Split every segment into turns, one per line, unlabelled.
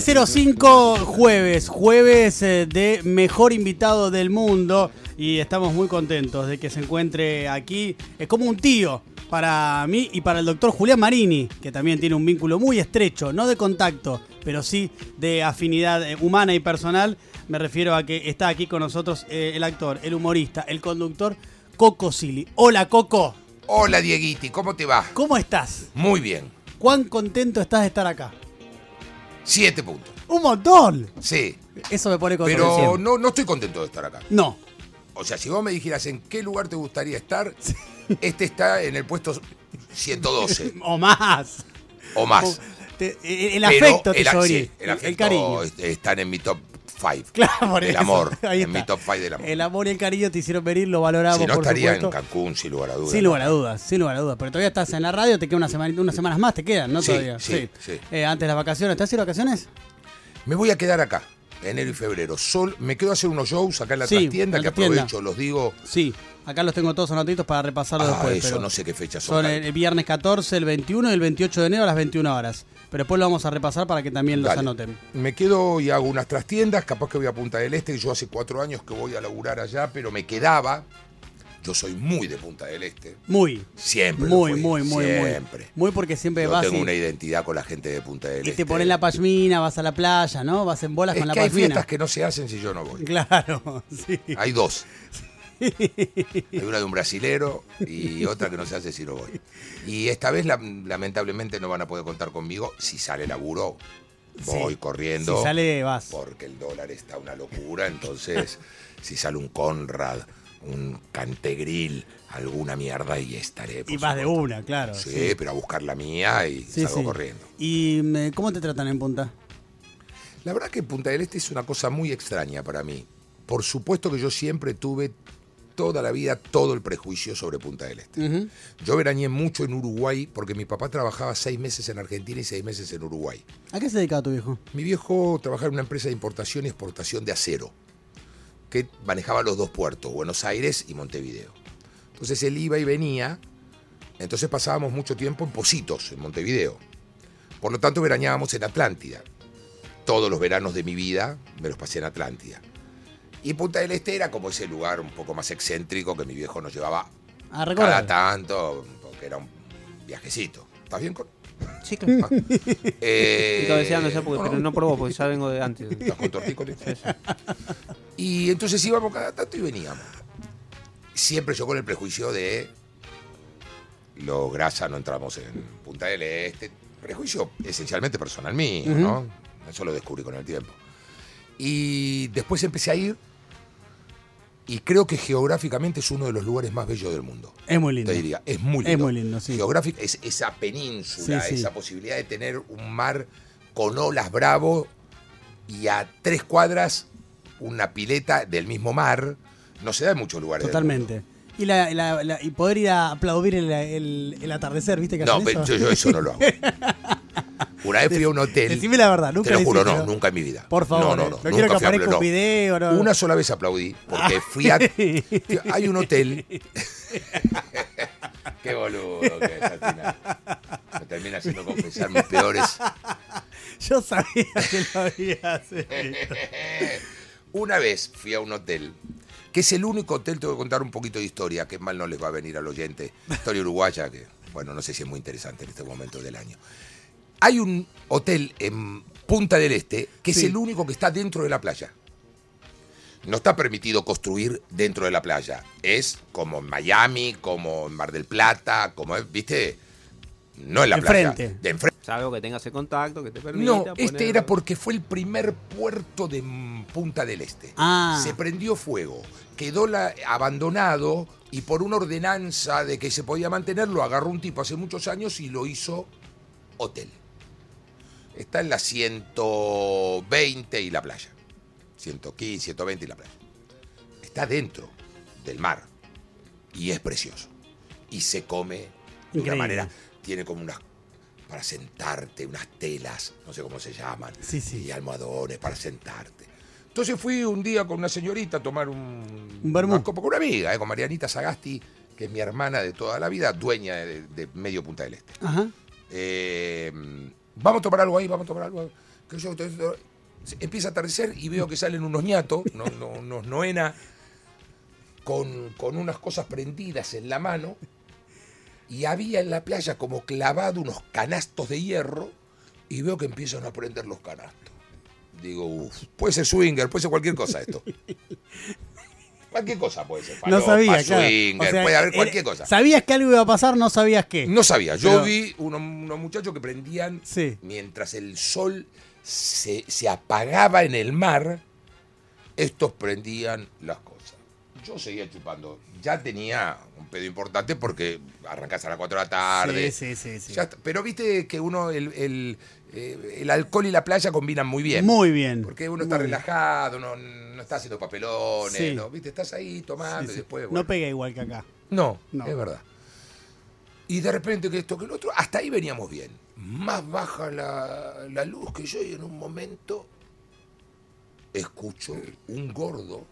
17.05 jueves, jueves eh, de mejor invitado del mundo y estamos muy contentos de que se encuentre aquí. Es como un tío para mí y para el doctor Julián Marini, que también tiene un vínculo muy estrecho, no de contacto, pero sí de afinidad eh, humana y personal. Me refiero a que está aquí con nosotros eh, el actor, el humorista, el conductor Coco Silly. Hola Coco,
Hola Dieguiti, ¿cómo te va?
¿cómo estás?
Muy bien.
¿Cuán contento estás de estar acá?
Siete puntos.
¡Un montón!
Sí.
Eso me pone contento.
Pero
siempre.
no, no estoy contento de estar acá.
No.
O sea, si vos me dijeras en qué lugar te gustaría estar, este está en el puesto 112
O más.
o más.
Te- e, el, el
Pero
afecto te
el,
sobrí,
sí, el
el,
afecto
el cariño.
es- están en mi top 5.
Claro, por
El
eso.
amor.
Ahí
en mi
está.
top 5 del amor.
El amor y el cariño te hicieron venir, lo valoramos
si no
por
estaría
supuesto.
en Cancún, sin lugar a dudas.
sin
¿no?
lugar a dudas, sin lugar a dudas. Pero todavía estás en la radio, te quedan una semana, unas semanas más, te quedan, ¿no?
Sí,
todavía.
sí, sí.
Eh, antes de las vacaciones, ¿estás haciendo vacaciones?
Me voy a quedar acá, enero y febrero. Sol, me quedo a hacer unos shows acá en la
Sí,
trastienda,
en
que
la trastienda.
aprovecho, los digo.
Sí. Acá los tengo todos anotaditos para repasarlos
Ah,
después.
eso,
pues, pero
no sé qué fechas son.
Son el, el viernes 14, el 21 y el 28 de enero a las 21 horas. Pero después lo vamos a repasar para que también los
Dale.
anoten.
Me quedo y hago unas trastiendas, capaz que voy a Punta del Este, que yo hace cuatro años que voy a laburar allá, pero me quedaba. Yo soy muy de Punta del Este.
Muy.
Siempre. lo
Muy,
fui,
muy, muy,
Siempre.
muy. Muy porque siempre
Yo
vas
tengo
y-
una identidad con la gente de Punta del
Y
Este.
te pones la pashmina, vas a la playa, ¿no? Vas en bolas
Es
con la
que hay
pashmina.
fiestas que no se hacen si yo no voy.
Claro, sí.
Hay dos. Hay una de un brasilero y otra que no se hace si no voy. Y esta vez lam- lamentablemente no van a poder contar conmigo. Si sale laburo, voy
Sí.
corriendo.
Si sale, vas.
porque el dólar está una locura, entonces si sale un Conrad, un Cantegril, alguna mierda y estaré. por
Y vas de
supuesto.
una, claro.
Sí, pero a buscar la mía y
Sí,
salgo
sí.
corriendo.
¿Y mm, cómo te tratan en punta?
La verdad que Punta del Este es una cosa muy extraña para mí. Por supuesto que yo siempre tuve toda la vida todo el prejuicio sobre Punta del Este.
Ujú.
Yo veraneé mucho en Uruguay porque mi papá trabajaba seis meses en Argentina y seis meses en Uruguay.
¿A qué se dedicaba tu viejo?
Mi viejo trabajaba en una empresa de importación y exportación de acero, que manejaba los dos puertos, Buenos Aires y Montevideo. Entonces él iba y venía, entonces pasábamos mucho tiempo en Positos, en Montevideo. Por lo tanto, veraneábamos en Atlántida. Todos los veranos de mi vida me los pasé en Atlántida. Y Punta del Este era como ese lugar un poco más excéntrico que mi viejo nos llevaba
A
cada
recordar.
tanto, porque era un viajecito. ¿Estás bien con?
Sí, claro.
Eh, oh.
Estoy cabeceando ya, porque, pero no por vos, porque ya vengo de antes.
Estás con tu artículo. Y entonces íbamos cada tanto y veníamos. Siempre yo con el prejuicio de los grasa no entramos en Punta del Este. Prejuicio esencialmente personal mío, ¿no? Eso lo descubrí con el tiempo. Y después empecé a ir y creo que geográficamente es uno de los lugares más bellos del mundo.
Es muy lindo.
Te diría, es muy
Es
lindo.
muy lindo, sí.
Geográfica, es esa península,
Sí, sí.
esa posibilidad de tener un mar con olas bravo y a tres cuadras una pileta del mismo mar. No se da en muchos lugares. del
Totalmente. Y, la, la- la- y poder ir a aplaudir el, el- el atardecer, ¿viste que
mundo. No,
hacen
pero
eso?
yo, yo eso no lo hago. Una vez fui a un hotel.
Decime la verdad, nunca
Te lo
lo
juro,
hiciste,
no,
¿no?
nunca en mi vida.
Por favor,
no,
eh.
no, no.
No quiero
nunca
que
fui a
aparezca un
no.
video, no.
Una sola vez aplaudí, porque fui a. Hay un hotel. Qué boludo que es al final. Me termina haciendo confesar mis peores.
Yo sabía que lo había hecho.
Una vez fui a un hotel, que es el único hotel, tengo que contar un poquito de historia, que mal no les va a venir al oyente. Historia uruguaya, que, bueno, no sé si es muy interesante en este momento del año. Hay un hotel en Punta del Este, que es
Sí.
el único que está dentro de la playa. No está permitido construir dentro de la playa. Es como en Miami, como en Mar del Plata, como, es, ¿viste? No en la
De
playa.
frente.
De enfrente.
Salvo que tengas el contacto, que te permita.
No, este
poner-
era porque fue el primer puerto de mm, Punta del Este.
Ah.
Se prendió fuego, quedó la- abandonado y por una ordenanza de que se podía mantener lo agarró un tipo hace muchos años y lo hizo hotel. Está en la 120 y la playa. 115, 120 y la playa. Está dentro del mar y es precioso. Y se come de
Increíble.
una manera, tiene como unas para sentarte, unas telas, no sé cómo se llaman,
Sí, sí.
y almohadones para sentarte. Entonces fui un día con una señorita a tomar un,
Un vermú.
una copa con una amiga, eh, con Marianita Sagasti, que es mi hermana de toda la vida, dueña de- de Medio Punta del Este.
Ajá.
Em, Eh, vamos a tomar algo ahí, vamos a tomar algo. que yo estoy- estoy- empieza a atardecer y veo que salen unos ñatos, no- no- unos noena, con, con unas cosas prendidas en la mano, y había en la playa como clavado unos canastos de hierro, y veo que empiezan a prender los canastos. Digo, uff, puede ser swinger, puede ser cualquier cosa esto. Cualquier cosa puede ser.
No
falopa,
sabía, claro.
swinger,
O sea,
puede haber
era-
cualquier cosa.
Sabías que algo iba a pasar, no sabías qué.
No sabía. Yo
Eh, Pero-
vi uno- unos muchachos que prendían
Sí.
mientras el sol se, se apagaba en el mar. Estos prendían las cosas. Yo seguía chupando. Ya tenía un pedo importante porque arrancás a las 4 de la tarde.
Sí, sí, sí. sí.
Ya está. Pero viste que uno, el, el, eh, el alcohol y la playa combinan muy bien.
Muy bien.
porque uno está
Muy bien.
relajado, no, no está haciendo papelones,
Sí.
¿no? ¿Viste? Estás ahí tomando
Sí,
y
sí.
después.
No
bueno.
pega igual que acá.
No,
No.
es verdad. Y de repente que esto, que el otro, hasta ahí veníamos bien. Más baja la, la luz que yo y en un momento escucho un gordo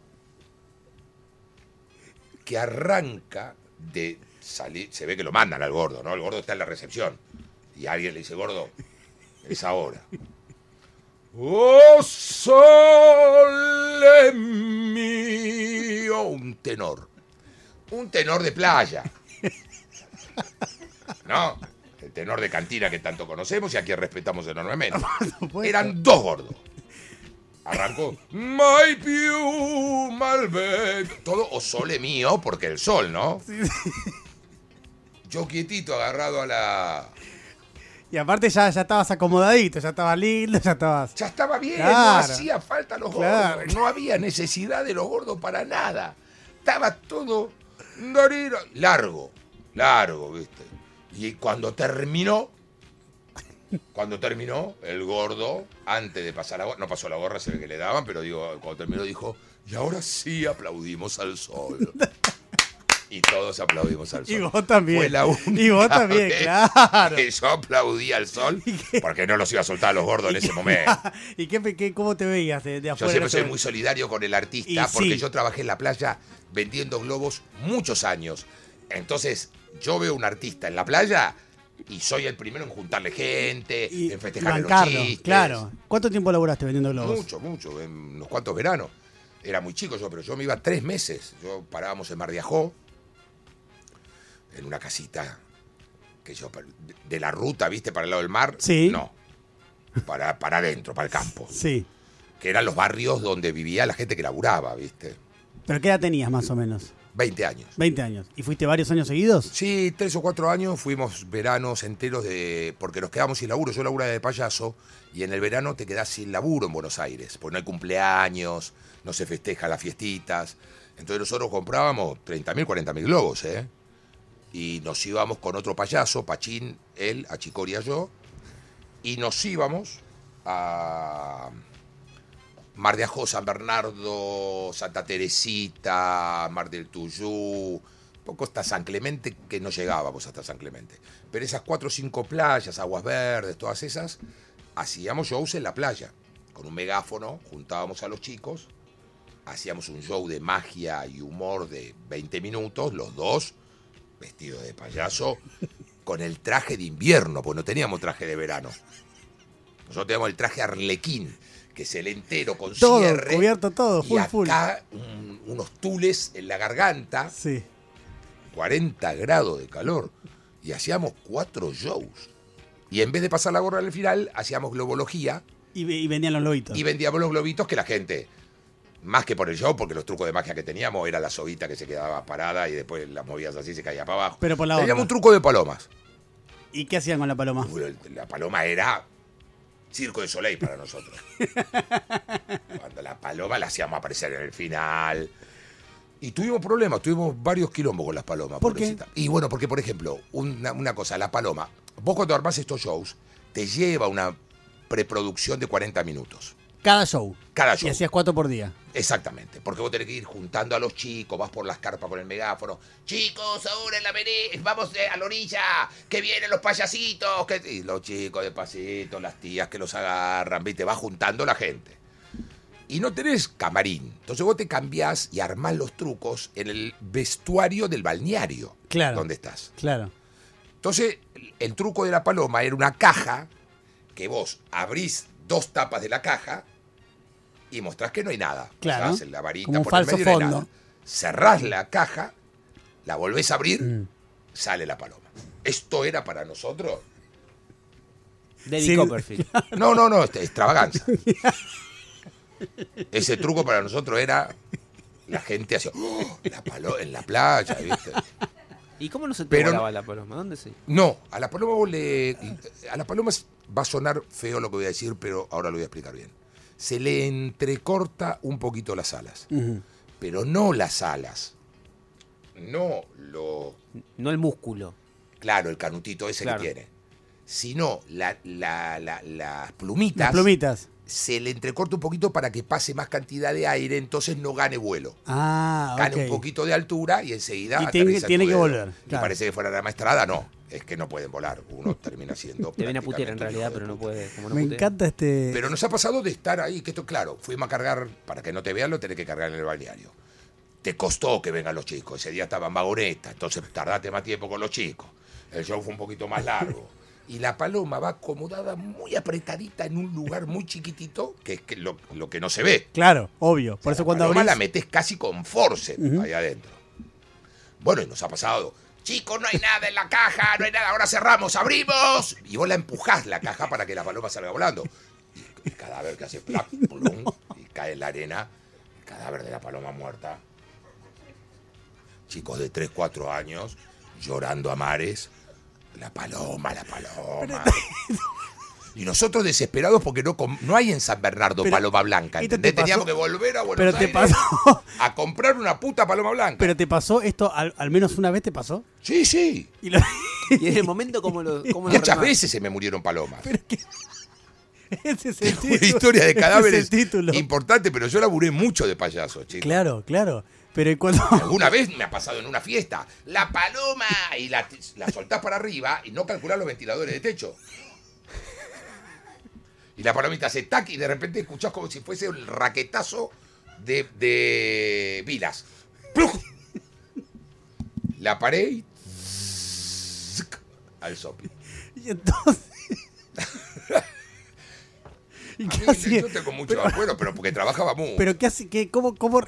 que arranca de salir, se ve que lo mandan al gordo, ¿no? El gordo está en la recepción. Y alguien le dice, gordo, es ahora. Oh, sole mío, Oh, un tenor un tenor de playa. ¿No? El tenor de cantina que tanto conocemos y a quien respetamos enormemente.
supuesto.
Eran dos gordos. Arrancó. My view, Malbec. Todo o sole mío, porque el sol, ¿no? Yo quietito agarrado a la.
Y aparte ya, ya estabas acomodadito, ya estabas lindo, ya estabas.
Ya estaba bien,
Claro.
no hacía falta los
Claro.
gordos. No había necesidad de los gordos para nada. Estaba todo doriro. largo, largo, ¿viste? Y cuando terminó, cuando terminó, el gordo, antes de pasar la gorra, no pasó la gorra, se ve que le daban, pero digo, cuando terminó dijo, y ahora sí aplaudimos al sol. Y todos aplaudimos al sol.
Y vos también.
Fue la única
Y vos también,
vez
claro.
que yo aplaudí al sol porque no los iba a soltar a los gordos en ese momento.
¿Y qué, qué- cómo te veías de, de
Yo
afuera?
siempre soy muy solidario con el artista
Y
porque
sí.
yo trabajé en la playa vendiendo globos muchos años. Entonces, yo veo un artista en la playa y soy el primero en juntarle gente,
Y-
en
y
festejarle los
bancarlo,
chistes.
claro. ¿Cuánto tiempo laburaste vendiendo globos?
Mucho, mucho, en unos cuantos veranos. Era muy chico yo, pero yo me iba tres meses. Yo parábamos en Mar de Ajó, en una casita que yo par- de- de la ruta, ¿viste? Para el lado del mar.
Sí.
No. Para, para adentro, para el campo.
Sí.
Que eran los barrios donde vivía la gente que laburaba, ¿viste?
¿Pero qué edad tenías más o menos?
20 años.
20 años. ¿Y fuiste varios años seguidos?
Sí, tres o cuatro años fuimos veranos enteros de. porque nos quedamos sin laburo. Yo laburaba de payaso y en el verano te quedás sin laburo en Buenos Aires, porque no hay cumpleaños, no se festejan las fiestitas. Entonces nosotros comprábamos 30.000, 40.000 globos, ¿eh? Y nos íbamos con otro payaso, Pachín, él, a Chicoria yo, y nos íbamos a. Mar de Ajó, San Bernardo, Santa Teresita, Mar del Tuyú, poco hasta San Clemente, que no llegábamos hasta San Clemente. Pero esas cuatro o cinco playas, aguas verdes, todas esas, hacíamos shows en la playa. Con un megáfono juntábamos a los chicos, hacíamos un show de magia y humor de 20 minutos, los dos, vestidos de payaso, con el traje de invierno, pues no teníamos traje de verano. Nosotros teníamos el traje arlequín, que es el entero con
Todo,
cierre.
cubierto todo,
y
full, full.
acá un- unos tules en la garganta,
Sí.
40 grados de calor. Y hacíamos cuatro shows. Y en vez de pasar la gorra al final, hacíamos globología
Y, ve- y vendían los lobitos.
y vendíamos los globitos que la gente, más que por el show, porque los trucos de magia que teníamos era la sobita que se quedaba parada y después las movías así se caía para abajo.
Pero por la onda.
Teníamos un truco de palomas.
¿Y qué hacían con la paloma?
Bueno, el- La paloma era circo de Soleil para nosotros. Cuando la paloma la hacíamos aparecer en el final. Y tuvimos problemas, tuvimos varios quilombos con las palomas.
¿Por qué?
pobrecita. Y bueno, porque por ejemplo, una, una cosa, la paloma, vos cuando armás estos shows, te lleva una preproducción de 40 minutos.
Cada show.
Cada show.
Y hacías cuatro por día.
Exactamente, porque vos tenés que ir juntando a los chicos, vas por las carpas con el megáfono. Chicos, ahora en la avenida, vamos eh, a la orilla, que vienen los payasitos. Que... Y los chicos de pasito, las tías que los agarran, ¿viste? Vas juntando la gente. Y no tenés camarín. Entonces vos te cambiás y armás los trucos en el vestuario del balneario.
Claro.
Donde estás.
Claro.
Entonces, el- el truco de la paloma era una caja que vos abrís dos tapas de la caja y mostrás que no hay nada.
Claro.
Pasás la varita
Como un
por el
falso
medio y no hay
fondo.
nada. Cerrás la caja, la volvés a abrir,
Mm.
sale la paloma. ¿Esto era para nosotros?
David
Sí.
Copperfield.
No, no, no, este, extravaganza. Ese truco para nosotros era. La gente hacía. "Oh, la palo- en la playa, ¿viste?
¿Y cómo no se te
Pero-
volaba la paloma? ¿Dónde se?
No, a la paloma vos le. A la paloma s- va a sonar feo lo que voy a decir, pero ahora lo voy a explicar bien. Se le entrecorta un poquito las alas. Pero no las alas. No lo.
No el músculo.
Claro, el canutito ese
Claro.
que tiene. Sino la- la- la- las plumitas.
Las plumitas.
se le entrecorta un poquito para que pase más cantidad de aire, entonces no gane vuelo.
Ah,
Gane
ok.
un poquito de altura y enseguida.
Y tiene-
aterriza en
tiene
tu
que
dedo.
volver,
Y
claro.
parece que fuera la maestrada, no. Es que no pueden volar. Uno termina siendo.
Te viene a putear en
prácticamente un
realidad,
hijo de
pero no
puta.
puede. Como no
Me
putea.
encanta este.
Pero nos ha pasado de estar ahí, que esto, claro, fuimos a cargar, para que no te vean, lo tenés que cargar en el balneario. Te costó que vengan los chicos. Ese día estaban vagonetas, entonces tardaste más tiempo con los chicos. El show fue un poquito más largo. Y la paloma va acomodada muy apretadita en un lugar muy chiquitito, que es que lo, lo que no se ve.
Claro, obvio. Por eso
la
cuando
paloma
abrís.
la metes casi con force ahí adentro. Bueno, y nos ha pasado. Chicos, no hay nada en la caja, no hay nada, ahora cerramos, abrimos. Y vos la empujás la caja para que la paloma salga volando. Y el cadáver que hace plac, plum, y cae en la arena. El cadáver de la paloma muerta. Chicos de 3, 4 años, llorando a mares. La paloma, la paloma. Y nosotros desesperados porque no, com- no hay en San Bernardo
Pero,
paloma blanca,
¿esto te
¿entendés?
pasó?
Teníamos que volver a Buenos
Pero te
Aires
pasó.
a comprar una puta paloma blanca.
Pero te pasó esto, al, al menos una vez te pasó.
sí, sí.
Y lo-
Y en el momento, como lo.? Cómo lo
Muchas
remás?
veces se me murieron palomas.
ese es el
Tengo
este título.
una historia de
Ese es
cadáveres
el título.
importante, pero yo laburé mucho de payaso, chicos.
Claro, claro. Pero y cuando.
Alguna vez me ha pasado en una fiesta, la paloma, y la, la soltás para arriba y no calculás los ventiladores de techo. Y la palomita hace tac y de repente escuchás como si fuese un raquetazo de, de vilas. ¡Pluf! La paré y tsk, al sopi.
Y entonces. ¿Y
A
qué
mí,
hacía?
Yo tengo mucho acuerdo, pero porque trabajaba mucho.
Pero qué hace, qué, cómo, cómo,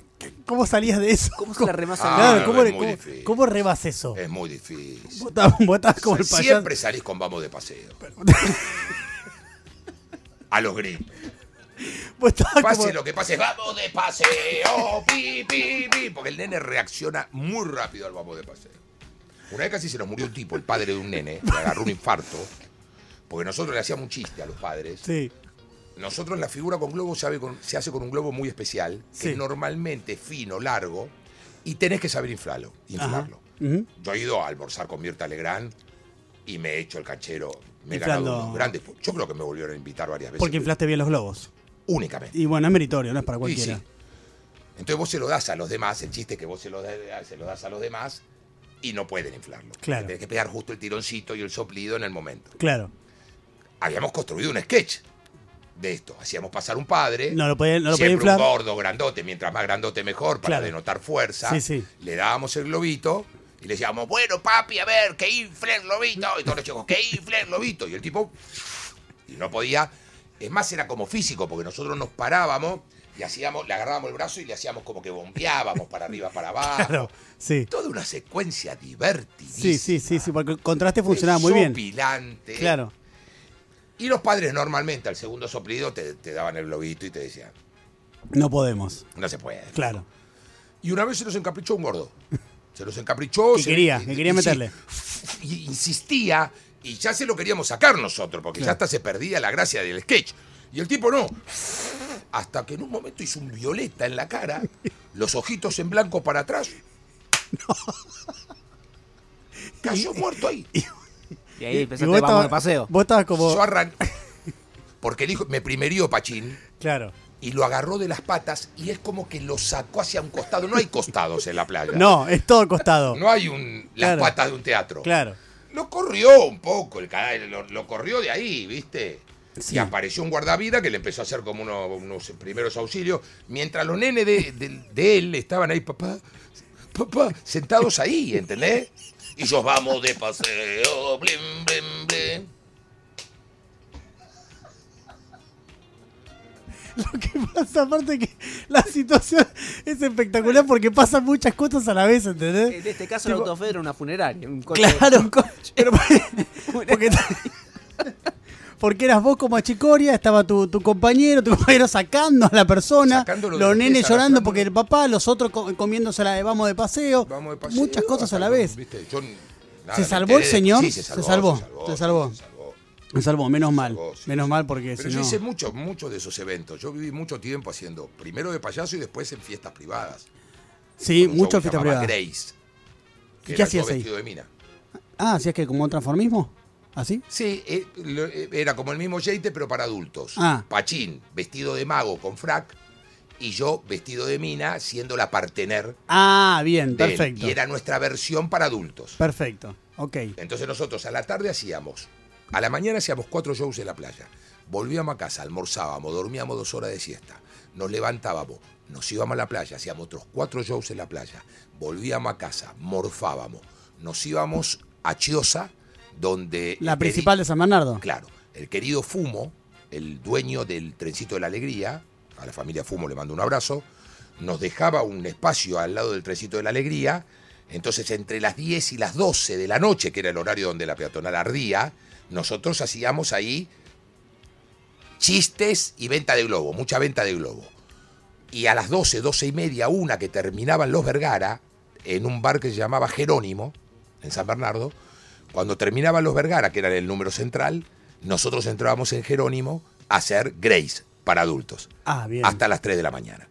cómo salías de eso?
¿Cómo se la remasa?
Ah,
Claro,
no,
¿cómo,
es
le-
muy
cómo,
difícil.
cómo rebas eso?
es muy difícil.
Vos estabas- vos estabas como el payaso.
Siempre salís con vamos de paseo. A los gritos.
Vos estabas
Pase
como-
lo que pase, vamos de paseo, pi, pi, pi, porque el nene reacciona muy rápido al vamos de paseo. Una vez casi se nos murió un tipo, el padre de un nene, le agarró un infarto, porque nosotros le hacíamos un chiste a los padres.
Sí,
Nosotros la figura con globo se, abre con- se hace con un globo muy especial, que
Sí.
es normalmente fino, largo, y tenés que saber inflarlo. inflarlo.
Ujú.
Yo he ido a almorzar con Mirta Legrand y me he hecho el canchero. Me he
Inflando.
ganado unos grandes. Yo creo que me volvieron a invitar varias veces.
porque inflaste bien los globos.
únicamente.
Y bueno, es meritorio, no es para
Sí,
cualquiera.
sí. Entonces vos se lo das a los demás, el chiste es que vos se lo, da- se lo das a los demás y no pueden inflarlo.
Claro.
Tienes que pegar justo el tironcito y el soplido en el momento.
Claro.
Habíamos construido un sketch de esto. Hacíamos pasar un padre.
No lo podía, no lo podía
siempre
inflar.
un gordo, grandote, mientras más grandote mejor, para
Claro.
denotar fuerza.
Sí, sí.
Le dábamos el globito y le decíamos, bueno, papi, a ver, que infle el globito. Y todos los chicos, que infle el globito. Y el tipo, y no podía. Es más, era como físico, porque nosotros nos parábamos y hacíamos, le agarrábamos el brazo y le hacíamos como que bombeábamos para arriba, para abajo.
Claro, sí.
Toda una secuencia divertida.
Sí, sí, sí, sí, porque el contraste funcionaba muy bien.
Sopilante.
Claro.
Y los padres normalmente al segundo soplido te, te daban el globito y te decían,
No podemos.
no se puede.
Claro.
Y una vez se nos encaprichó un gordo. Se nos encaprichó.
Que
se-
quería,
y-
que quería
y-
meterle.
y insistía, y ya se lo queríamos sacar nosotros, porque ya hasta se perdía la gracia del sketch. Y el tipo no. Hasta que en un momento hizo un violeta en la cara, los ojitos en blanco para atrás. Cayó muerto ahí.
Y ahí
Y
empezaste,
vos
vamos
estabas-
de paseo.
Vos estabas como.
Yo arran- Porque el hijo me primerió Pachín.
Claro.
y lo agarró de las patas y es como que lo sacó hacia un costado. No hay costados en la playa.
No, es todo costado.
No hay un, las
Claro.
patas de un teatro.
Claro.
Lo corrió un poco, el cadáver, lo, lo corrió de ahí, ¿viste?
Sí.
Y apareció un guardavida que le empezó a hacer como uno- unos primeros auxilios, mientras los nenes de, de- de él estaban ahí, papá, papá, sentados ahí, ¿entendés? Y ellos vamos de paseo, blim, blim, blim.
Lo que pasa, aparte que la situación es espectacular porque pasan muchas cosas a la vez, ¿entendés?
En este caso, el autofe era una funeraria. Un coche,
Claro.
Un coche.
Pero porque, porque eras vos como achicoria, estaba tu, tu compañero, tu compañero sacando a la persona,
Sacándolo de
los
la
nenes
mesa,
llorando
arrastrándolo.
porque el papá, los otros co- comiéndosela de vamos de paseo,
Vamos de paseo,
muchas cosas a la
salvo,
vez.
¿viste? Yo, nada,
¿Se
me
salvó el
enteré.
señor?
Sí, se salvó.
Se salvó, se
sí,
salvó.
se salvó.
Me salvó, menos mal,
salvó, sí,
menos
sí.
mal porque
Pero
si
yo
no...
hice muchos, muchos de esos eventos. Yo viví mucho tiempo haciendo, primero de payaso y después en fiestas privadas.
Sí,
Con un show que
mucho
se
fiesta
llamaba
privada.
Grace. que
¿Y qué
era yo
hacías ahí?
vestido de mina.
Ah, ¿hacías que como un transformismo? ¿Así?
Sí, eh, lo- eh, era como el mismo jeite, pero para adultos.
Ah.
Pachín, vestido de mago con frac, y yo vestido de mina, siendo la partener.
Ah, bien,
de él.
perfecto.
Y era nuestra versión para adultos.
Perfecto, ok.
Entonces nosotros a la tarde hacíamos, a la mañana hacíamos cuatro shows en la playa. Volvíamos a casa, almorzábamos, dormíamos dos horas de siesta, nos levantábamos, nos íbamos a la playa, hacíamos otros cuatro shows en la playa, volvíamos a casa, morfábamos, nos íbamos a Chiosa, donde...
La
el
principal de San Bernardo.
queri- Claro, el querido Fumo, el dueño del trencito de la alegría, a la familia Fumo le mando un abrazo, nos dejaba un espacio al lado del trencito de la alegría. Entonces, entre las 10 y las 12 de la noche, que era el horario donde la peatonal ardía, nosotros hacíamos ahí chistes y venta de globo, mucha venta de globo. Y a las 12, 12 y media, una que terminaban los Vergara, en un bar que se llamaba Jerónimo, en San Bernardo, cuando terminaban los Vergara, que era el número central, nosotros entrábamos en Jerónimo a hacer Grace para adultos
Ah, bien.
hasta las 3 de la mañana.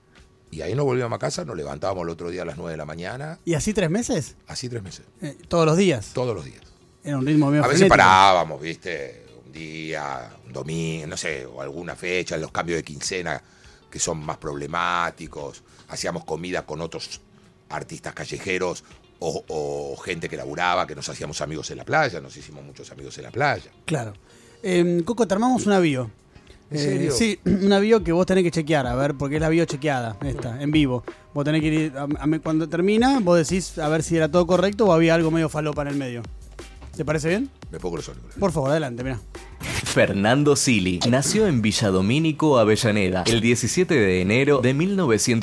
Y ahí nos volvíamos a casa, nos levantábamos el otro día a las 9 de la mañana,
¿Y así tres meses?
así tres meses,
Eh, todos los días.
todos los días.
Era un ritmo medio
A veces
frenético.
parábamos, viste, un día, un domingo, no sé, o alguna fecha, los cambios de quincena que son más problemáticos, hacíamos comida con otros artistas callejeros o, o gente que laburaba, que nos hacíamos amigos en la playa, nos hicimos muchos amigos en la playa.
Claro. Eh, Coco, te armamos una bio.
¿En
Eh,
serio?
sí, una bio que vos tenés que chequear, a ver, porque es la bio chequeada, esta, en vivo. Vos tenés que ir, a- a- cuando termina, vos decís a ver si era todo correcto o había algo medio falopa en el medio. ¿Te parece bien?
Me pongo los auriculares.
Por favor, adelante, mira.
Fernando Sili nació en Villadomínico, Avellaneda, el 17 de enero de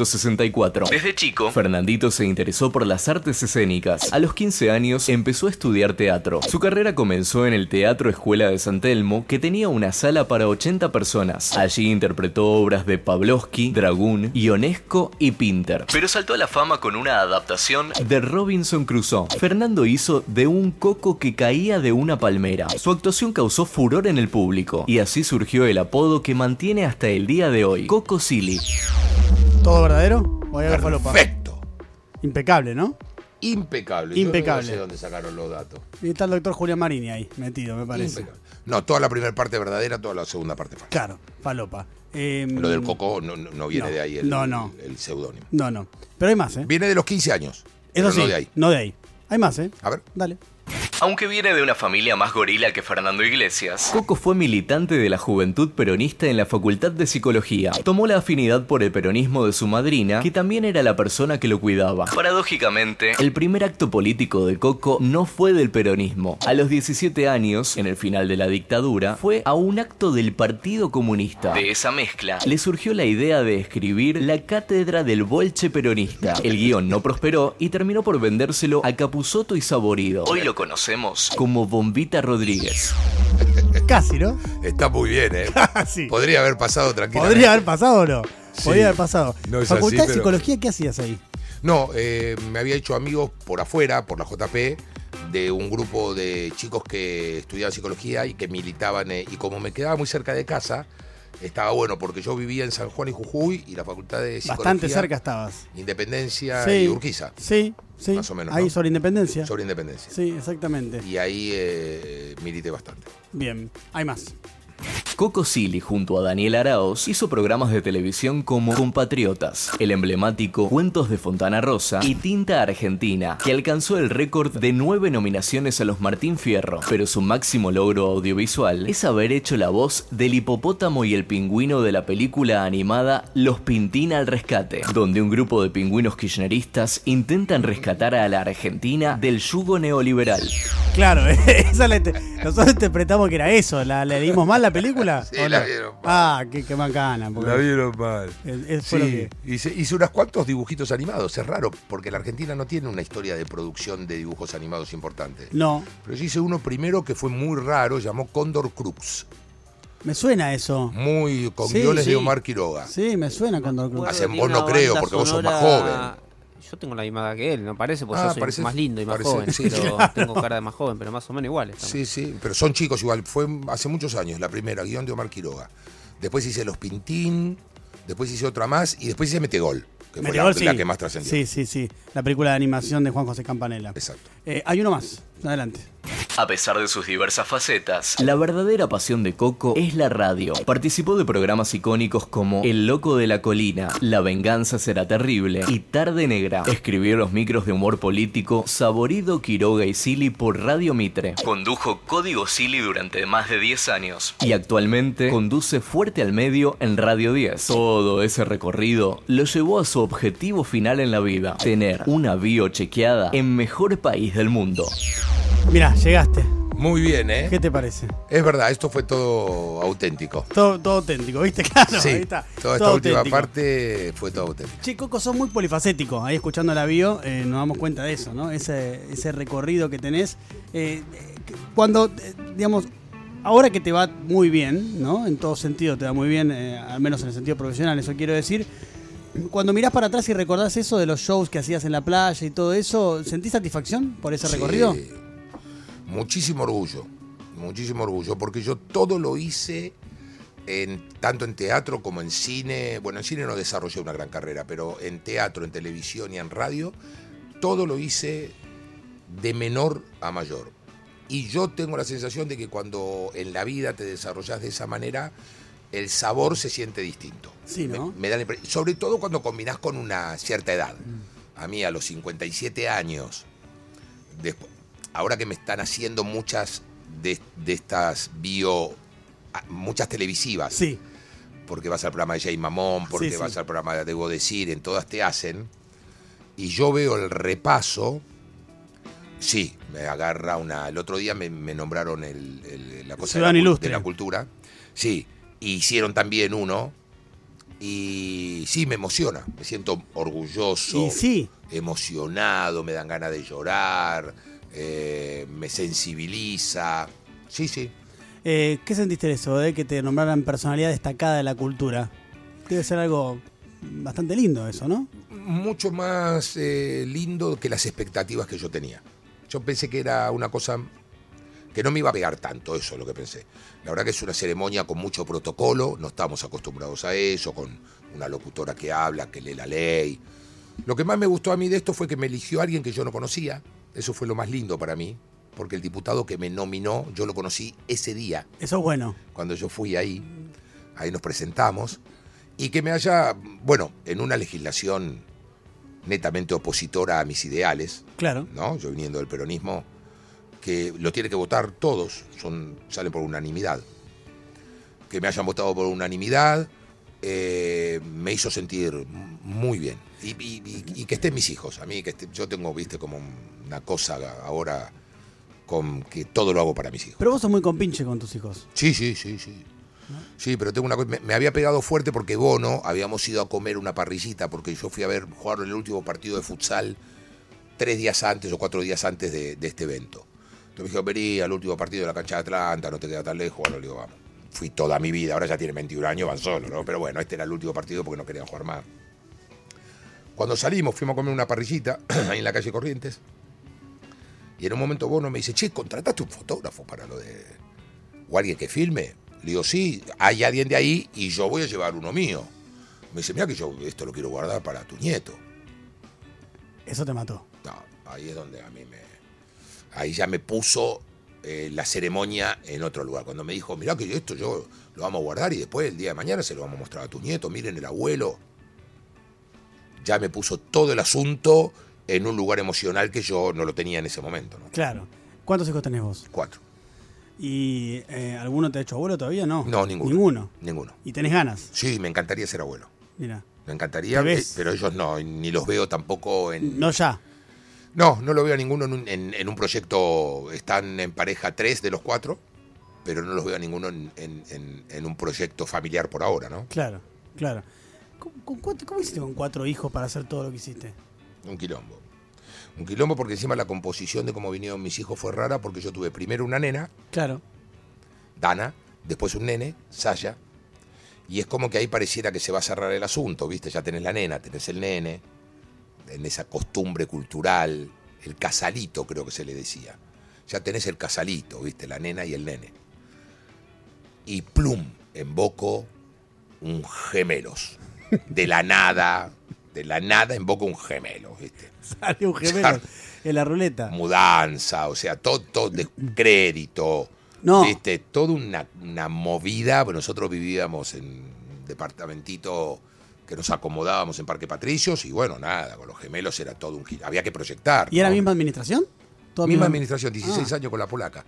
1964. Desde chico, Fernandito se interesó por las artes escénicas. A los 15 años empezó a estudiar teatro. Su carrera comenzó en el Teatro Escuela de San Telmo, que tenía una sala para 80 personas. Allí interpretó obras de Pavlovsky, Dragún, Ionesco y Pinter. Pero saltó a la fama con una adaptación de Robinson Crusoe. Fernando hizo de un coco que caía de una palmera. Su actuación causó furor en el público y así surgió el apodo que mantiene hasta el día de hoy, Coco Silly.
¿Todo verdadero? ¿O hay algo falopa?
Perfecto.
Impecable, ¿no?
Impecable.
Impecable.
Yo no sé dónde sacaron los datos.
Y está el doctor Julián Marini ahí, metido, me parece.
Impecable. No, toda la primera parte verdadera, toda la segunda parte falsa.
Claro, falopa. Eh,
Lo del coco no, no- no viene
No.
de ahí el,
No, no.
el, seudónimo.
No, no. Pero hay más, ¿eh?
Viene de los 15 años.
Eso
pero
sí,
No de ahí.
Hay más, ¿eh?
A ver.
Dale.
Aunque viene de una familia más gorila que Fernando Iglesias, Coco fue militante de la juventud peronista en la Facultad de Psicología. Tomó la afinidad por el peronismo de su madrina, que también era la persona que lo cuidaba. Paradójicamente, el primer acto político de Coco no fue del peronismo. A los 17 años, en el final de la dictadura, fue a un acto del Partido Comunista. De esa mezcla, le surgió la idea de escribir La Cátedra del Bolche Peronista. El guión no prosperó y terminó por vendérselo a Capuzoto y Saborido. Hoy lo conocemos como Bombita Rodríguez.
Eh.
Casi, ¿no?
Está muy bien, ¿eh?
Casi.
Podría haber pasado tranquilamente.
Podría haber pasado o no. Podría haber pasado.
No es
Facultad
así,
de
pero-
Psicología, ¿qué hacías ahí?
No, eh, me había hecho amigos por afuera, por la JP, de un grupo de chicos que estudiaban psicología y que militaban. eh, y como me quedaba muy cerca de casa, estaba bueno, porque yo vivía en San Juan y Jujuy y la facultad de psicología.
Bastante cerca estabas.
Independencia
Sí.
y Urquiza.
Sí, sí.
Más o menos,
Ahí
¿no?
sobre Independencia.
Sobre Independencia.
Sí, exactamente.
Y ahí eh, milité bastante.
Bien, hay más.
Coco Silly junto a Daniel Araoz hizo programas de televisión como Compatriotas, el emblemático Cuentos de Fontana Rosa y Tinta Argentina, que alcanzó el récord de nueve nominaciones a los Martín Fierro. Pero su máximo logro audiovisual es haber hecho la voz del hipopótamo y el pingüino de la película animada Los Pintín al Rescate, donde un grupo de pingüinos kirchneristas intentan rescatar a la Argentina del yugo neoliberal.
Claro, esa la inte- nosotros interpretamos que era eso. La, le dimos mal la película película?
Sí,
¿O no?
la vieron mal.
Ah, qué, qué macana. porque-
La vieron mal.
Es- es por lo
Sí,
que-
hice, hice unos cuantos dibujitos animados. Es raro, porque la Argentina no tiene una historia de producción de dibujos animados importante.
No,
Pero yo hice uno primero que fue muy raro, llamó Condor Crux.
me suena eso.
Muy con
Sí,
guiones
sí.
de Omar Quiroga.
Sí, me suena cuando
Bueno,
Hace-
tiene
vos no
una
creo,
banda
porque vos sos más
sonora- Yo tengo la misma edad que él, no parece, porque
Ah,
yo soy
pareces-
más lindo y más
pareces-
joven.
sí,
pero
sí.
tengo cara de más joven, pero más o menos igual. estamos.
Sí, sí, pero son chicos igual. Fue hace muchos años la primera, guión de Omar Quiroga. Después hice Los Pintín, después hice otra más y después hice Metegol, que fue la-
Metegol,
la,
sí.
que más trascendió.
Sí, sí, sí. La película de animación de Juan José Campanella.
Exacto.
Eh, hay uno más. Adelante.
A pesar de sus diversas facetas, la verdadera pasión de Coco es la radio. Participó de programas icónicos como El Loco de la Colina, La Venganza será terrible y Tarde Negra. Escribió los micros de humor político Saborido, Quiroga y Sili por Radio Mitre. Condujo Código Sili durante más de 10 años y actualmente conduce Fuerte al Medio en Radio 10. Todo ese recorrido lo llevó a su objetivo final en la vida, tener una bio chequeada en mejor país del mundo.
Mirá, llegaste.
Muy bien, ¿eh?
¿Qué te parece?
Es verdad, esto fue todo auténtico.
Todo, todo auténtico, ¿viste? Claro,
sí,
ahí está.
toda esta
todo
última
auténtico.
parte fue todo auténtico.
Che, Coco, sos muy polifacético. Ahí escuchando la bio eh, nos damos cuenta de eso, ¿no? Ese, ese recorrido que tenés. Eh, eh, cuando, eh, digamos, ahora que te va muy bien, ¿no? En todo sentido te va muy bien, eh, al menos en el sentido profesional, eso quiero decir. Cuando mirás para atrás y recordás eso de los shows que hacías en la playa y todo eso, ¿sentís satisfacción por ese recorrido?
Sí. Muchísimo orgullo, muchísimo orgullo, porque yo todo lo hice en, tanto en teatro como en cine. Bueno, en cine no desarrollé una gran carrera, pero en teatro, en televisión y en radio, todo lo hice de menor a mayor. Y yo tengo la sensación de que cuando en la vida te desarrollas de esa manera, el sabor se siente distinto.
Sí, ¿no?
Me da la impre- sobre todo cuando combinás con una cierta edad. A mí a los 57 años, despu- ahora que me están haciendo muchas de, de estas bio, a- muchas televisivas,
Sí,
porque vas al programa de Jay Mamón, porque
Sí, sí.
vas al programa de Debo Decir, en todas te hacen, y yo veo el repaso, sí, me agarra una... El otro día me, me nombraron el, el- la cosa de la,
Ciudadano
cul-
Ilustre.
de la cultura, sí, y hicieron también uno, y sí, me emociona, me siento orgulloso,
y sí.
emocionado, me dan ganas de llorar, eh, me sensibiliza, sí, sí.
Eh, ¿Qué sentiste de eso, de que te nombraran personalidad destacada de la cultura? Debe ser algo bastante lindo eso, ¿no?
mucho más eh, lindo que las expectativas que yo tenía. Yo pensé que era una cosa que no me iba a pegar tanto, eso es lo que pensé. La verdad que es una ceremonia con mucho protocolo, no estamos acostumbrados a eso, con una locutora que habla, que lee la ley. Lo que más me gustó a mí de esto fue que me eligió alguien que yo no conocía, eso fue lo más lindo para mí, porque el diputado que me nominó, yo lo conocí ese día
Eso es bueno.
cuando yo fui ahí, ahí nos presentamos, y que me haya, bueno, en una legislación netamente opositora a mis ideales,
Claro.
¿no? Yo viniendo del peronismo, que lo tiene que votar todos, son, salen por unanimidad. Que me hayan votado por unanimidad eh, me hizo sentir m- muy bien. Y, y- y- y que estén mis hijos. A mí, que esté- yo tengo, viste, como una cosa ahora con que todo lo hago para mis hijos.
Pero vos sos muy compinche con tus hijos.
Sí, sí, sí, sí. Sí, pero tengo una cosa. Me, me había pegado fuerte porque Bono habíamos ido a comer una parrillita, porque yo fui a ver jugar el último partido de futsal tres días antes o cuatro días antes de, de este evento. Entonces me dijeron, vení al último partido de la cancha de Atlanta, no te queda tan lejos. Bueno, le digo, vamos. Fui toda mi vida, ahora ya tiene 21 años, van solo, ¿no? Pero bueno, este era el último partido porque no querían jugar más. Cuando salimos, fuimos a comer una parrillita ahí en la calle Corrientes. Y en un momento Bono me dice, che, ¿contrataste un fotógrafo para lo de o alguien que filme. Le digo, sí, hay alguien de ahí y yo voy a llevar uno mío. Me dice, mira que yo esto lo quiero guardar para tu nieto.
Eso te mató.
No, ahí es donde a mí me... Ahí ya me puso eh, la ceremonia en otro lugar. Cuando me dijo, mirá que yo esto yo lo vamos a guardar y después el día de mañana se lo vamos a mostrar a tu nieto, miren el abuelo. Ya me puso todo el asunto en un lugar emocional que yo no lo tenía en ese momento. ¿no?
Claro. ¿Cuántos hijos tenés vos?
Cuatro.
¿Y eh, alguno te ha hecho abuelo todavía? No.
No, ninguno.
Ninguno.
Ninguno.
Y tenés ganas.
Sí, me encantaría ser abuelo.
Mira.
Me encantaría,
¿Te ves?
eh, pero ellos no, ni los veo tampoco en...
No ya.
No, no lo veo a ninguno en un, en- en un proyecto. Están en pareja tres de los cuatro. pero no los veo a ninguno en, en- en- en un proyecto familiar por ahora, ¿no?
Claro, claro. ¿Con, con cuánto- ¿Cómo hiciste con cuatro hijos para hacer todo lo que hiciste?
Un quilombo. Un quilombo porque encima la composición de cómo vinieron mis hijos fue rara porque yo tuve primero una nena,
Claro.
Dana, después un nene, Saya, y es como que ahí pareciera que se va a cerrar el asunto, ¿viste? Ya tenés la nena, tenés el nene, en esa costumbre cultural, el casalito creo que se le decía. Ya tenés el casalito, ¿viste? La nena y el nene. Y plum, invoco un gemelos. De la nada, de la nada invoco un gemelo, ¿viste?
Sale un gemelo en la ruleta.
mudanza, o sea, todo, todo de crédito.
No.
¿viste? Toda una, una movida. Bueno, Nosotros vivíamos en un departamentito que nos acomodábamos en Parque Patricios y bueno, nada, con los gemelos era todo un giro. Había que proyectar.
¿Y era
¿no?
misma administración? ¿Toda
Misma
Ah.
administración, 16 años con la polaca,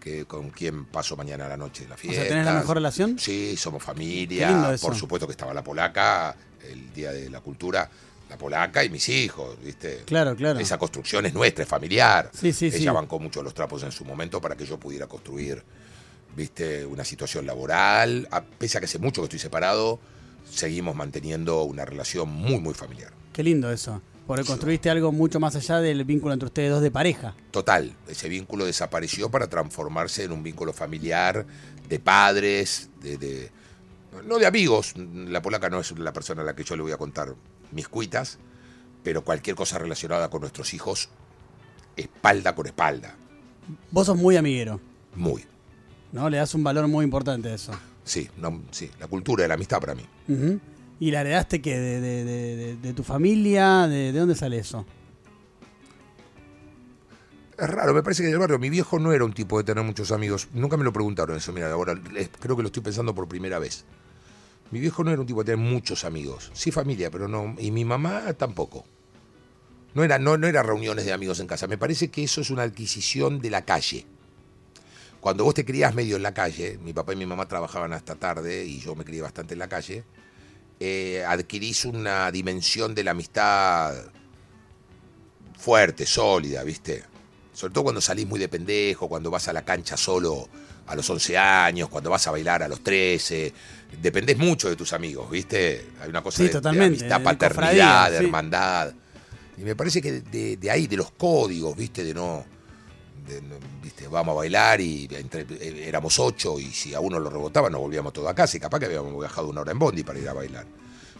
que con quien paso mañana a la noche de la
O
fiesta.
sea, ¿tenés la mejor relación?
Sí, somos
Qué lindo
familia.
eso.
Por supuesto que estaba la polaca, el día de la cultura, la polaca y mis hijos, ¿viste?
Claro, claro.
Esa construcción es nuestra, es familiar.
Sí, sí,
Ella
sí.
bancó mucho los trapos en su momento para que yo pudiera construir, viste, una situación laboral. A, pese a que hace mucho que estoy separado, seguimos manteniendo una relación muy, muy familiar.
Qué lindo eso. Porque construiste algo mucho más allá del vínculo entre ustedes dos de pareja.
Total, ese vínculo desapareció para transformarse en un vínculo familiar, de padres, de, de- no de amigos. La polaca no es la persona a la que yo le voy a contar mis cuitas, pero cualquier cosa relacionada con nuestros hijos, espalda con espalda.
Vos sos muy amiguero,
Muy.
¿no? Le das un valor muy importante a eso.
Sí, no, sí, la cultura de la amistad para mí.
Ujú. ¿Y la heredaste qué? ¿De, de- de- de- de tu familia? ¿De, de dónde sale eso?
Es raro, me parece que del barrio. Mi viejo no era un tipo de tener muchos amigos. Nunca me lo preguntaron eso. Mira, ahora les- creo que lo estoy pensando por primera vez. Mi viejo no era un tipo de tener muchos amigos. Sí, familia, pero no. Y mi mamá tampoco. No era, no, no era reuniones de amigos en casa. Me parece que eso es una adquisición de la calle. Cuando vos te criás medio en la calle, mi papá y mi mamá trabajaban hasta tarde y yo me crié bastante en la calle, eh, adquirís una dimensión de la amistad fuerte, sólida, ¿viste? Sobre todo cuando salís muy de pendejo, cuando vas a la cancha solo a los 11 años, cuando vas a bailar a los 13. Dependés mucho de tus amigos, ¿viste? Hay una cosa
Sí,
de- de,
totalmente,
amistad,
de
paternidad,
cofradía,
de
sí.
hermandad. Y me parece que de, de ahí, de los códigos, ¿viste? De no. de no- ¿viste? Vamos a bailar y entre- eh, éramos ocho y si a uno lo rebotaban nos volvíamos todos a casa y capaz que habíamos viajado una hora en bondi para ir a bailar.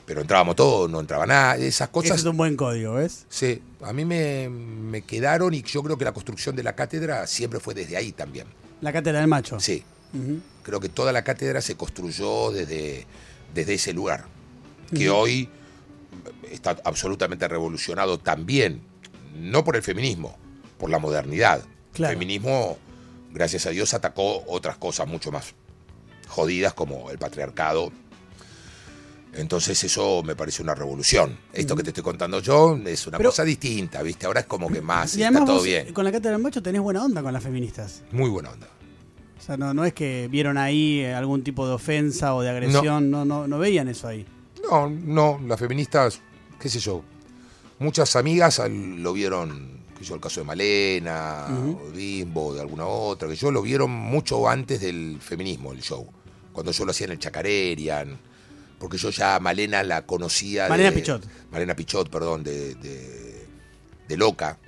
Pero entrábamos todos, no entraba nada, esas
Ese
cosas.
es un buen código, ¿ves?
Sí, a mí me, me quedaron y yo creo que la construcción de la cátedra siempre fue desde ahí también.
La cátedra del macho.
Sí,
Ujú.
creo que toda la cátedra se construyó desde, desde ese lugar, que hoy está absolutamente revolucionado también, no por el feminismo, por la modernidad.
Claro.
El feminismo, gracias a Dios, atacó otras cosas mucho más jodidas como el patriarcado. Entonces eso me parece una revolución. Esto que te estoy contando yo es una
Pero-
cosa distinta, ¿viste? Ahora es como que más,
Y
está
además
todo
vos,
bien.
con la cátedra del macho tenés buena onda con las feministas.
Muy buena onda.
O sea, no, no es que vieron ahí eh, algún tipo de ofensa o de agresión. No, no, no veían eso ahí.
No, no, las feministas, qué sé yo. Muchas amigas al- lo vieron, que yo el caso de Malena, o Bimbo, de alguna otra, que yo lo vieron mucho antes del feminismo, el show. Cuando yo lo hacía en el Chacarerian, porque yo ya a Malena la conocía. de-
Malena Pichot.
Malena Pichot, perdón, de, de- de Loca.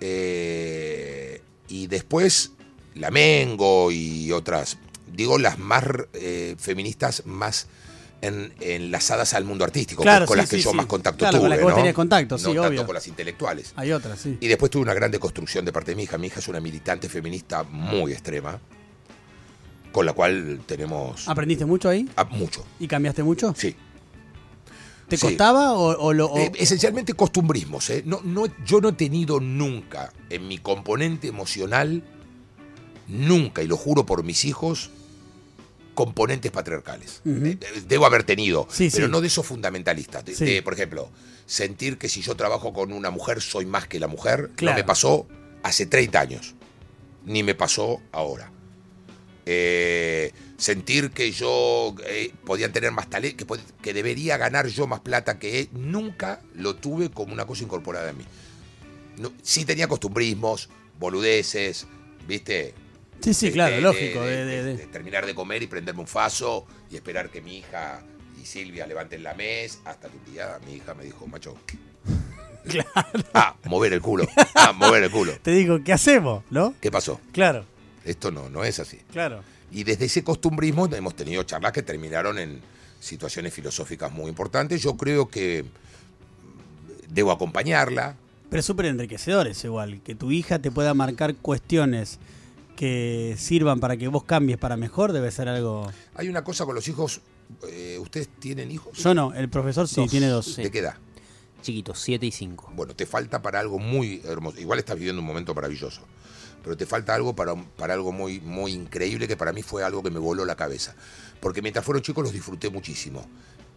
Eh, y después la Mengo y otras, digo las más eh, feministas más en- enlazadas al mundo artístico,
Claro,
con
sí,
las que
sí,
yo
sí.
más contacto
Claro, con
tuve.
las que vos
¿no?
tenías contacto, sí,
No tanto
obvio.
con las intelectuales.
Hay otras, sí.
Y después tuve una gran deconstrucción de parte de mi hija. Mi hija es una militante feminista muy extrema, con la cual tenemos
¿Aprendiste mucho ahí?
ah, mucho.
¿Y cambiaste mucho?
Sí.
¿Te
Sí.
costaba o, o lo...? o-
Eh, esencialmente costumbrismos. ¿eh? No, no, yo no he tenido nunca en mi componente emocional, nunca, y lo juro por mis hijos, componentes patriarcales. De- de- Debo haber tenido,
Sí,
pero
sí.
no de esos fundamentalistas. De-
Sí.
de, por ejemplo, sentir que si yo trabajo con una mujer soy más que la mujer,
Claro.
no me pasó hace 30 años, ni me pasó ahora. Eh, sentir que yo eh, podía tener más talento, que, pod- que debería ganar yo más plata que él, nunca lo tuve como una cosa incorporada en mí. No- sí tenía costumbrismos, boludeces, ¿viste?
Sí, sí,
de-
claro,
este, de-
lógico,
De,
de- de- de-
de terminar de comer y prenderme un faso y esperar que mi hija y Silvia levanten la mesa hasta que un día mi hija me dijo, macho. Ah, mover el culo. Ah, mover el culo.
Te digo, ¿qué hacemos? ¿No?
¿Qué pasó?
Claro,
Esto no, no es así.
claro.
Y desde ese costumbrismo hemos tenido charlas que terminaron en situaciones filosóficas muy importantes. Yo creo que debo acompañarla.
Pero es súper enriquecedor es igual, que tu hija te pueda marcar cuestiones que sirvan para que vos cambies para mejor debe ser algo...
Hay una cosa con los hijos. eh, ¿Ustedes tienen hijos?
Yo no, el profesor sí
Dos.
tiene dos.
Sí.
¿De qué edad?
Chiquitos, 7 y 5.
Bueno, te falta para algo muy hermoso. Igual estás viviendo un momento maravilloso. Pero te falta algo para, para algo muy, muy increíble que para mí fue algo que me voló la cabeza. Porque mientras fueron chicos los disfruté muchísimo.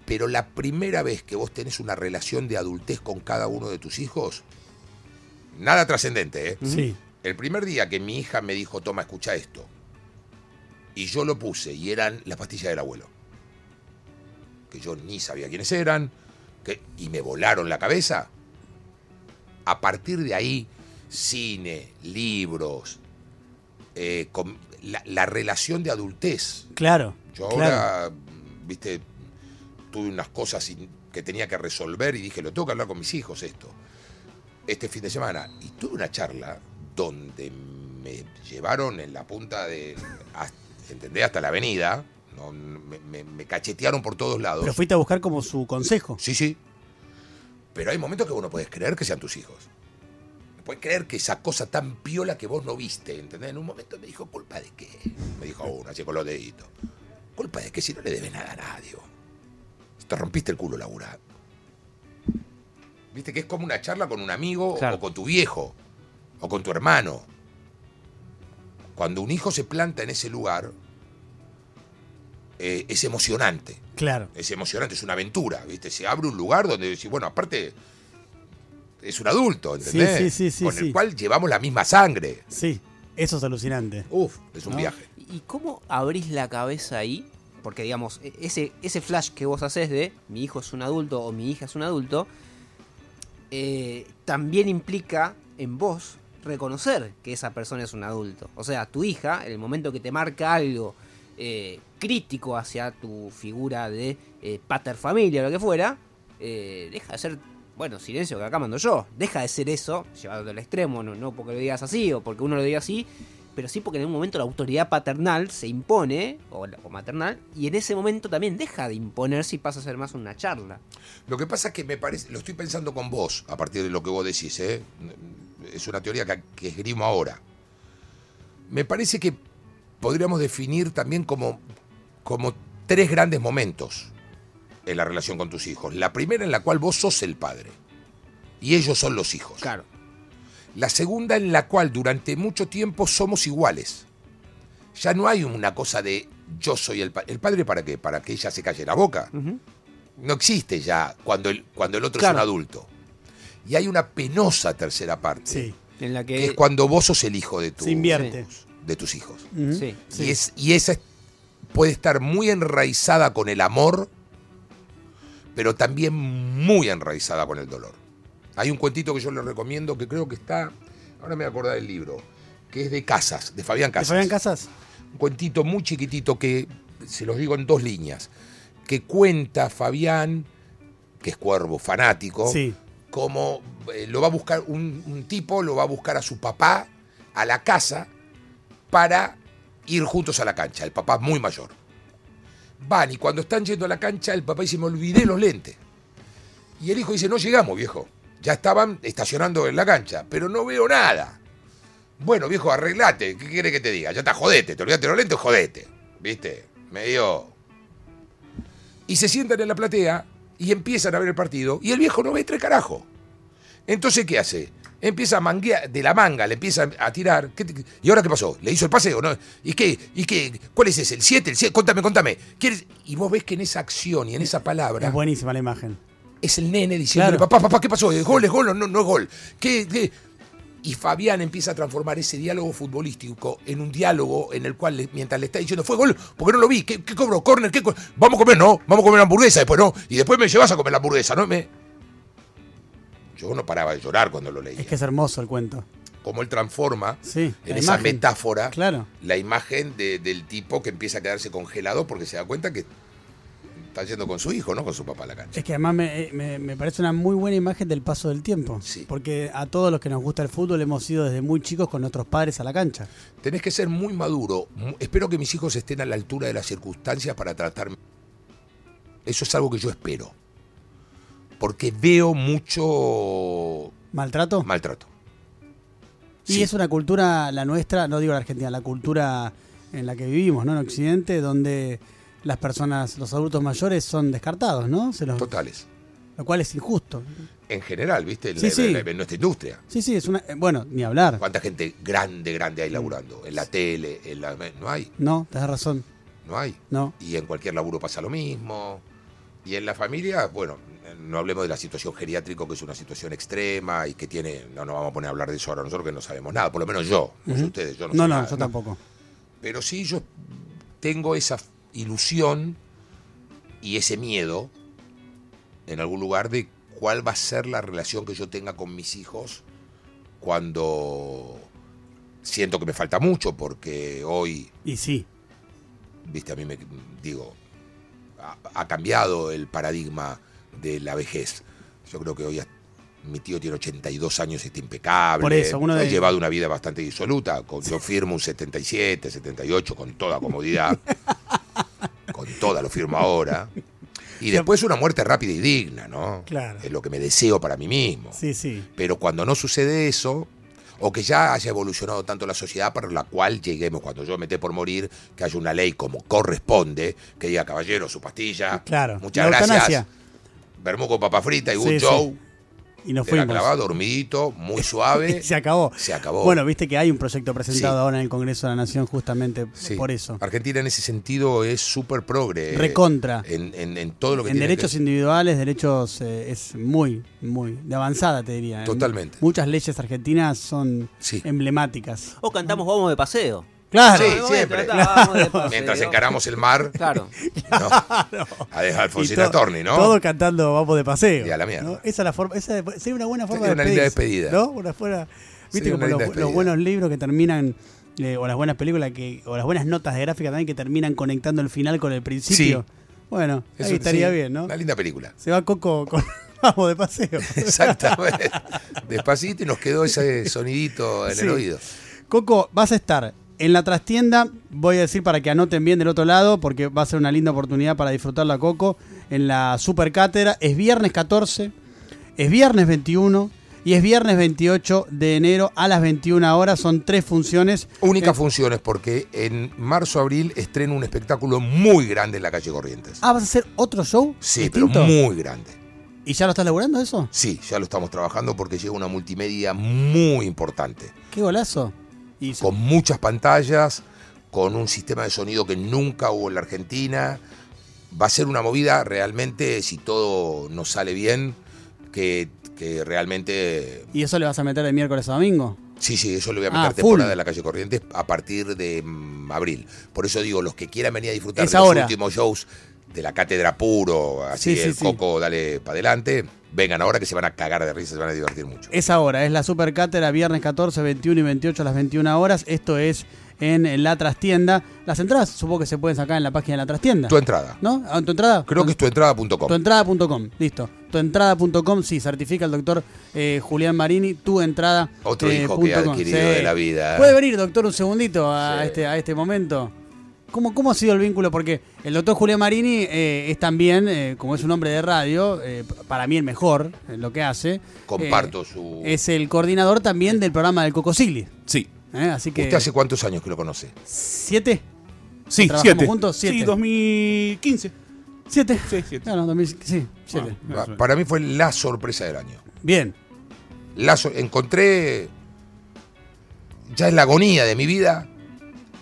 Pero la primera vez que vos tenés una relación de adultez con cada uno de tus hijos, nada trascendente, ¿eh?
Sí.
El primer día que mi hija me dijo, toma, escucha esto, y yo lo puse, y eran las pastillas del abuelo, que yo ni sabía quiénes eran, que, y me volaron la cabeza. A partir de ahí, cine, libros, eh, com- la, la relación de adultez.
Claro.
Yo
claro.
ahora, viste, tuve unas cosas sin- que tenía que resolver y dije, lo tengo que hablar con mis hijos esto, este fin de semana. Y tuve una charla donde me llevaron en la punta de, hasta, ¿entendés? Hasta la avenida, no, me, me- me cachetearon por todos lados.
Pero fuiste a buscar como su consejo.
Sí, sí. Pero hay momentos que vos no podés creer que sean tus hijos. No podés creer que esa cosa tan piola que vos no viste, ¿entendés? En un momento me dijo, ¿culpa de qué? Me dijo uno, así con los deditos. ¿Culpa de qué si no le debes nada a nadie? vos. Si te rompiste el culo, Laura. Viste que es como una charla con un amigo
Claro.
o con tu viejo o con tu hermano. Cuando un hijo se planta en ese lugar, eh, es emocionante
Claro.
es emocionante, es una aventura, ¿viste? Se abre un lugar donde decís, bueno, aparte es un adulto, ¿entendés?
Sí, sí, sí, sí,
Con el
sí.
cual llevamos la misma sangre.
Sí. Eso es alucinante.
Uf, es un
¿No?
viaje.
¿Y cómo abrís la cabeza ahí? Porque, digamos, e- ese, ese flash que vos haces de mi hijo es un adulto o mi hija es un adulto, eh, también implica en vos reconocer que esa persona es un adulto. O sea, tu hija, en el momento que te marca algo eh, crítico hacia tu figura de eh, pater familia o lo que fuera, eh, deja de ser, bueno, silencio que acá mando yo. Deja de ser eso, llevado al extremo, no, no porque lo digas así o porque uno lo diga así, pero sí porque en un momento la autoridad paternal se impone, o, la- o maternal, y en ese momento también deja de imponerse y pasa a ser más una charla.
Lo que pasa es que me parece, lo estoy pensando con vos, a partir de lo que vos decís, ¿eh? Es una teoría que, que esgrimo ahora. Me parece que podríamos definir también como, como tres grandes momentos en la relación con tus hijos. La primera en la cual vos sos el padre y ellos son los hijos.
Claro.
La segunda en la cual durante mucho tiempo somos iguales. Ya no hay una cosa de yo soy el padre. ¿El padre para qué? Para que ella se calle la boca. No existe ya cuando el, cuando el otro
Claro.
es un adulto. Y hay una penosa tercera parte,
Sí.
En la
que
que...
es cuando vos sos el hijo de, tu-
Se invierte.
de tus hijos.
Ujú.
Sí.
Sí.
Y, es, y esa es- puede estar muy enraizada con el amor, pero también muy enraizada con el dolor. Hay un cuentito que yo le recomiendo que creo que está, ahora me voy a acordar del libro, que es de Casas, de Fabián
¿Te
Casas.
Fabián Casas?
Un cuentito muy chiquitito que, se los digo en dos líneas, que cuenta Fabián, que es cuervo fanático,
Sí.
como eh, lo va a buscar un, un tipo, lo va a buscar a su papá a la casa para ir juntos a la cancha. El papá es muy mayor. Van y cuando están yendo a la cancha, el papá dice, me olvidé los lentes. Y el hijo dice, no llegamos, viejo. Ya estaban estacionando en la cancha, pero no veo nada. Bueno, viejo, arreglate. ¿Qué querés que te diga? Ya está, jodete. Te olvidaste los lentes, jodete. ¿Viste? Medio... Y se sientan en la platea y empiezan a ver el partido y el viejo no ve tres carajo. Entonces, ¿qué hace? Empieza a manguear de la manga, le empieza a tirar. ¿Qué te- ¿Y ahora qué pasó? ¿Le hizo el paseo? ¿No? ¿Y qué? ¿Y qué? ¿Cuál es ese? ¿El 7? ¿El 7? Contame, contame. ¿Quieres? Y vos ves que en esa acción y en esa palabra
Es buenísima la imagen.
es el nene diciéndole,
Claro.
papá, papá, ¿qué pasó? ¿Es gol, es gol o no, no es gol? ¿Qué, qué? Y Fabián empieza a transformar ese diálogo futbolístico en un diálogo en el cual, le- mientras le está diciendo, fue gol, porque no lo vi, ¿qué, qué cobró? ¿Corner? ¿Qué co- Vamos a comer, no, vamos a comer hamburguesa después, no. Y después me llevas a comer la hamburguesa, ¿no? Me... Yo no paraba de llorar cuando lo leía.
Es que es hermoso el cuento.
cómo él transforma
Sí,
en
la
esa
imagen.
metáfora
Claro.
la imagen de- del tipo que empieza a quedarse congelado porque se da cuenta que está yendo con su hijo, no con su papá a la cancha.
Es que además me, eh, me- me parece una muy buena imagen del paso del tiempo.
Sí.
Porque a todos los que nos gusta el fútbol hemos ido desde muy chicos con nuestros padres a la cancha.
Tenés que ser muy maduro. Mu- Espero que mis hijos estén a la altura de las circunstancias para tratarme. Eso es algo que yo espero. Porque veo mucho
¿Maltrato?
maltrato.
y
sí.
es una cultura, la nuestra, no digo la argentina, la cultura en la que vivimos, ¿no? En Occidente, donde las personas, los adultos mayores son descartados, ¿no? Se los-
Totales.
lo cual es injusto.
En general, ¿viste? En
Sí,
la-
sí.
la- en nuestra industria.
Sí, sí, es una... eh, Bueno, ni hablar.
¿Cuánta gente grande, grande hay laburando? En la tele, en la... No hay,
No, tenés razón.
no hay.
No.
Y en cualquier laburo pasa lo mismo. Y en la familia, bueno, no hablemos de la situación geriátrico, que es una situación extrema y que tiene. No nos vamos a poner a hablar de eso ahora nosotros que no sabemos nada, por lo menos yo, no sé
Ujú.
ustedes, yo
No,
no, sé
no,
nada,
yo tampoco.
Pero sí yo tengo esa ilusión y ese miedo en algún lugar de cuál va a ser la relación que yo tenga con mis hijos cuando siento que me falta mucho, porque hoy
Y sí.
viste, a mí me digo, ha, ha cambiado el paradigma de la vejez. Yo creo que hoy hasta- mi tío tiene 82 años y está impecable.
Por eso, uno
ha
de-
llevado una vida bastante disoluta. Con, yo firmo un 77, 78 con toda comodidad. con toda lo firmo ahora. Y después una muerte rápida y digna, ¿no?
Claro.
Es lo que me deseo para mí mismo.
Sí, sí.
Pero cuando no sucede eso, o que ya haya evolucionado tanto la sociedad para la cual lleguemos, cuando yo me esté por morir, que haya una ley como corresponde, que diga, caballero, su pastilla,
Claro.
muchas
La
gracias,
eutanasia.
vermú con papa frita y
Sí,
un
sí.
show,
Y nos
te la
fuimos.
clavás, dormidito, muy suave.
Se acabó.
Se acabó.
Bueno, viste que hay un proyecto presentado
Sí.
ahora en el Congreso de la Nación justamente
Sí. Ah,
por eso.
Argentina en ese sentido es súper progre. eh,
Recontra.
En, en- en todo lo que
En
tiene
derechos
que-
individuales, derechos eh, es muy, muy de avanzada, te diría. En
Totalmente.
Muchas leyes argentinas son
Sí.
emblemáticas.
O cantamos Vamos de paseo.
Claro.
Sí,
Bueno,
siempre.
ya está, vamos de paseo.
Mientras encaramos el mar,
Claro.
¿no? a dejar Alfonsina
to-
Torni, ¿no?
Todos cantando vamos de paseo.
Y a la mierda.
¿no? Esa es la forma, esa sería una buena forma
Sería
de
una linda
despedirse,
despedida.
¿No? Una fuera- viste
Sería
como
una
los,
linda despedida.
los buenos libros que terminan eh, o las buenas películas que o las buenas notas de gráfica también que terminan conectando el final con el principio. Bueno,
Es
ahí
un-
estaría
sí,
bien, ¿no?
Una linda película.
Se va Coco con vamos de paseo.
Exactamente. Despacito y nos quedó ese sonidito en
Sí.
el oído.
Coco, vas a estar en la trastienda. Voy a decir para que anoten bien del otro lado, porque va a ser una linda oportunidad para disfrutarla, Coco. En la super cátedra. Es viernes 14, es viernes 21 y es viernes 28 de enero a las 21 horas. Son tres funciones.
Única función es porque en marzo-abril estreno un espectáculo muy grande en la calle Corrientes.
Ah, ¿vas a hacer otro show?
sí,
distinto?
pero muy grande.
¿Y ya lo estás laburando eso?
Sí, ya lo estamos trabajando porque llega una multimedia muy importante.
¡Qué golazo! Y
Con muchas pantallas, con un sistema de sonido que nunca hubo en la Argentina. Va a ser una movida realmente, si todo nos sale bien, que, que realmente
¿Y eso le vas a meter de miércoles a domingo?
Sí, sí, eso le voy a
Ah,
meter
full.
temporada de la calle Corrientes a partir de mm, abril. Por eso digo, los que quieran venir a disfrutar
Es
de los
ahora.
últimos shows de la cátedra puro, así
Sí, sí,
el
sí.
coco, dale para adelante, vengan ahora que se van a cagar de risa, se van a divertir mucho.
Es ahora, es la Super Cátedra, viernes 14, 21 y 28 a las 21 horas. Esto es en la trastienda. Las entradas supongo que se pueden sacar en la página de la trastienda.
Tu entrada.
¿No? Ah, ¿Tu entrada?
Creo que es tuentrada.com.
Tuentrada.com, listo. Tuentrada.com, sí, certifica el doctor eh, Julián Marini, tu entrada. eh,
Otro hijo que ha adquirido de la vida, ¿eh?
¿Puede venir, doctor, un segundito a,
Sí.
este, a este momento? ¿Cómo, ¿Cómo ha sido el vínculo? Porque el doctor Julián Marini eh, es también, eh, como es un hombre de radio, eh, p- para mí el mejor en lo que hace.
Comparto
Eh,
su...
Es el coordinador también del programa del Coco Sigli.
Sí.
¿eh? Así que.
¿Usted hace cuántos años que lo conoce?
¿Siete?
Sí,
¿Trabajamos
siete.
juntos? Siete.
Sí, 2015.
¿Siete?
Sí, siete.
No, no, 2000, sí, siete.
Ah,
Pa- Para mí fue la sorpresa del año.
Bien.
La so- encontré. Ya es la agonía de mi vida.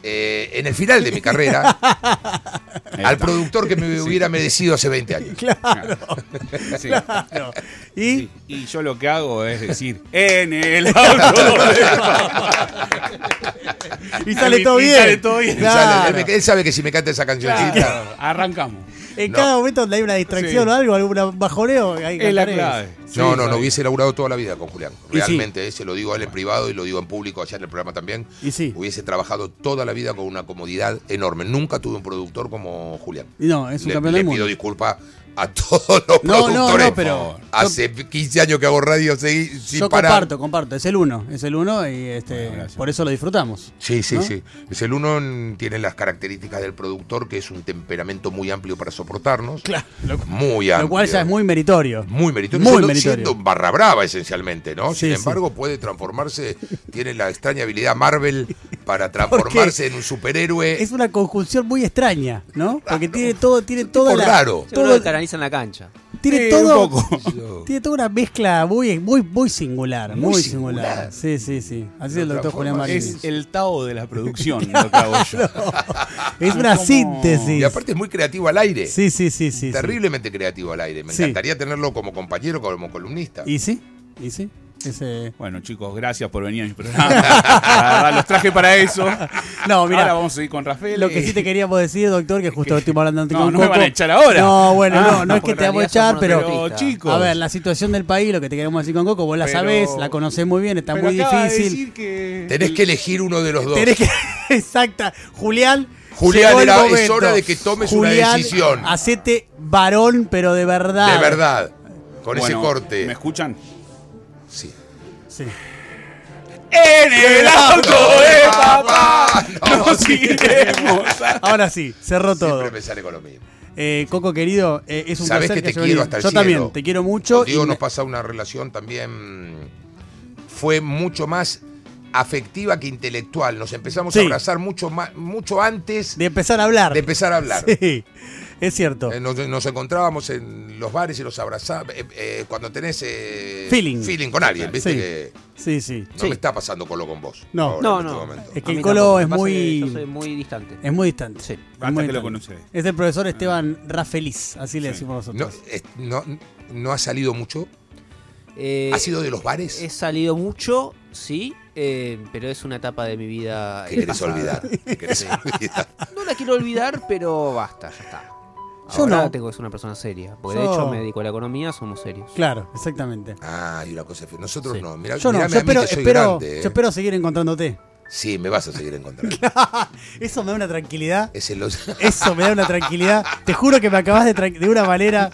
eh, en el final de mi carrera, al productor que me hubiera merecido hace 20 años.
Sí.
Claro. Y.
Sí. Y yo lo que hago es decir, en el auto de papá.
Y sale todo
Y
bien.
sale todo bien.
Él sabe-
Claro.
Él, me- él sabe que si me canta esa cancioncita,
Arrancamos.
En
No.
cada momento donde hay una distracción
Sí.
o algo, algún bajoneo. hay
Es la
cantarés.
clave.
No, no, no hubiese laburado toda la vida con Julián.
Y sí.
Realmente, eh, se lo digo a él en privado y lo digo en público allá en el programa también.
Y sí.
Hubiese trabajado toda la vida con una comodidad enorme. Nunca tuve un productor como Julián.
No, es un
le,
campeón
le
del mundo.
pido disculpas a todos los
No, no,
productores.
no, pero-
Hace 15 años que hago radio seguí sin
Yo
parar.
comparto, comparto. Es el uno, es el uno y este,
Bueno, gracias.
por eso lo disfrutamos.
Sí, sí,
¿no?
sí. Es el uno mm, tiene las características del productor, que es un temperamento muy amplio para soportarnos.
Claro,
muy amplio.
Lo cual ya es muy meritorio.
Muy meritorio.
Muy
siendo-
meritorio.
siendo barra brava esencialmente, ¿no?
Sí,
Sin
sí.
embargo, puede transformarse, tiene la extraña habilidad Marvel para transformarse en un superhéroe.
Es una conjunción muy extraña, ¿no? Porque tiene todo, tiene toda la,
raro.
Yo creo
todo,
que canaliza en la cancha.
tiene
Sí,
todo,
Eh, un poco.
tiene toda una mezcla muy, muy, muy singular, muy,
Muy
singular.
singular.
Sí, sí, sí. Así es el
No
doctor Julián
transforma,
Marín.
Es
Es,
el Tao de la producción lo que hago yo.
una
como-
síntesis.
Y aparte es muy creativo al aire.
sí, sí, sí, sí. sí.
Terriblemente creativo al aire. Me
Sí.
encantaría tenerlo como compañero, como columnista.
Y sí, y sí. Ese-
Bueno, chicos, gracias por venir a mi programa. La verdad, Los traje para eso.
No, mira.
Ahora vamos a seguir con Rafael.
Lo que sí te queríamos decir, doctor, que justo estuvimos hablando antes
No,
con
no me
Coco.
van a echar ahora.
No, bueno,
Ah,
no, no es
porque
que te vamos a
en realidad
echar,
somos
pero.
Pero, chicos.
A ver, la situación del país, lo que te queremos decir con Coco, vos la
Pero-
sabés, la conocés muy bien, está
Pero
muy
acaba de
difícil.
decir que-
Tenés que elegir uno de los dos.
Tenés que. Exacta. Julián.
Julián,
llegó el
era- es
momento.
hora de que tomes una
Julián,
decisión.
Hacete varón, pero de verdad.
De verdad. Con ese
Bueno,
corte.
¿Me escuchan?
Sí.
Sí.
En el auto de papá
No,
nos iremos.
Ahora sí, cerró todo.
Siempre me sale con lo mismo.
Eh, Coco querido, eh, es un
Sabés
placer
que te
hayas
quiero
venido.
hasta el
Yo
cielo.
también, te quiero mucho.
Digo,
y
nos
me-
pasa una relación también. Fue mucho más afectiva que intelectual. Nos empezamos a
Sí.
abrazar mucho, más, mucho antes
de
de,
empezar a hablar.
empezar a hablar.
Sí, es cierto.
Eh, Nos, nos encontrábamos en los bares y los abrazábamos. eh, eh, cuando tenés. eh,
Feeling.
con alguien, ¿viste?
Sí.
Que
Sí, sí.
no
Sí.
me está pasando Colo con vos.
No.
ahora,
No,
en
no.
este momento.
Es que
A
el
mí
Colo
tampoco,
es
me pasa
muy- em,
que Yo soy muy distante.
Es muy distante.
Sí.
Es
Hasta
muy
que lo
distante.
conocés.
Es el profesor Esteban Rafeliz, así le
Sí.
decimos
No,
nosotros.
es- no- no ha salido mucho.
Eh,
¿Ha sido de los bares?
He salido mucho, sí, eh, pero es una etapa de mi vida.
que
eh,
querés
pasada.
olvidar. que querés olvidar.
No la quiero olvidar, pero basta, ya está.
Yo
Ahora
no.
tengo que ser una persona seria. Porque
Yo-
de hecho me dedico a la economía, somos serios.
Claro, exactamente.
Ah, y una cosa fea. Nosotros
Sí.
no. Mirá,
Yo no,
mirame
yo
a mí
espero,
que soy
espero,
grande, eh.
yo espero seguir encontrándote.
Sí, me vas a seguir encontrando.
Eso me da una tranquilidad.
Es el los-
Eso me da una tranquilidad. Te juro que me acabas de, tra- de una manera.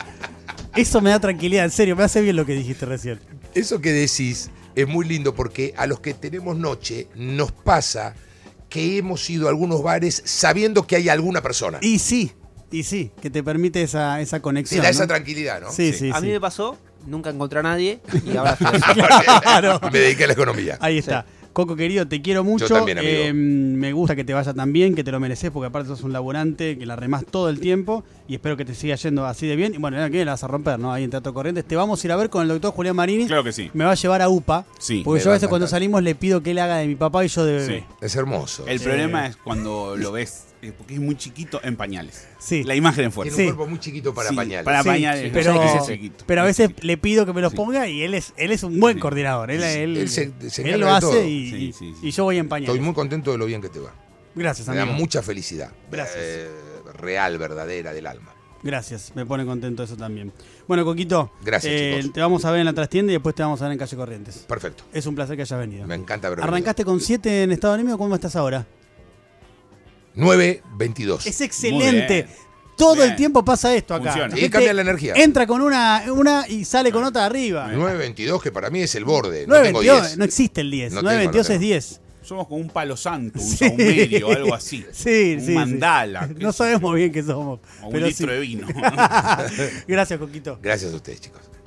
Eso me da tranquilidad, en serio. Me hace bien lo que dijiste recién.
Eso que decís es muy lindo porque a los que tenemos noche nos pasa que hemos ido a algunos bares sabiendo que hay alguna persona.
Y sí, y sí, que te permite esa, esa
Te
conexión.
da esa
¿no?
tranquilidad, ¿no?
Sí, sí,
a mí
sí.
me pasó, nunca encontré a nadie y ahora estoy así.
Claro.
Me dediqué a la economía.
Ahí está. Coco querido, te quiero mucho.
también, amigo.
Eh, me gusta que te vaya tan bien, que te lo mereces, porque aparte sos un laburante, que la remás todo el tiempo y espero que te siga yendo así de bien. Y bueno, que la vas a romper, ¿no? Ahí en Teatro Corrientes. Te vamos a ir a ver con el doctor Julián Marini.
Claro que sí.
Me va a llevar a UPA.
Sí.
Porque
Me
yo
va
a
a
veces cuando
encantar.
salimos le pido que él haga de mi papá y yo de bebé.
Es hermoso.
El
Eh.
problema es cuando lo ves, eh, porque es muy chiquito en pañales.
Sí.
La imagen
Tiene
es fuerte.
un
Sí.
cuerpo muy chiquito para
Sí,
pañales.
para-
Sí,
pañales,
sí,
no
pero,
sé qué es ese chiquito.
pero a
Es
veces
chiquito.
le pido que me los
Sí.
ponga y él es él es un buen coordinador. Él, él,
Él se- se
él
encarga
lo
de
hace
todo.
y,
Sí, sí, sí.
y yo voy en
Estoy
pañales.
muy contento de lo bien que te va.
Gracias,
Me da
amigo.
mucha felicidad.
Gracias.
Eh, real, verdadera, del alma.
Gracias, me pone contento eso también. Bueno, Coquito,
Gracias,
eh,
chicos.
te vamos a ver en la trastienda y después te vamos a ver en Calle Corrientes.
Perfecto.
Es un placer que hayas venido.
Me encanta ver.
¿Arrancaste con 7 en estado anímico? ¿Cómo estás ahora?
9, 22.
Es
Muy
excelente.
bien.
Todo el
Bien.
tiempo pasa esto acá.
Funciona.
La
Y
gente
cambia la energía.
Entra con una, una y sale con otra arriba.
9.22, que para mí es el borde. No tengo
9.22,
10.
no existe el 10.
No
9.22 es
tengo, no
10.
Somos como un palo santo, un
Sí.
saumerio, algo así.
Sí,
un
sí, sí.
mandala. qué
No
sé yo,
sabemos bien qué somos.
O un
pero
litro
sí. Ah,
de vino.
Gracias, Coquito.
Gracias a ustedes, chicos.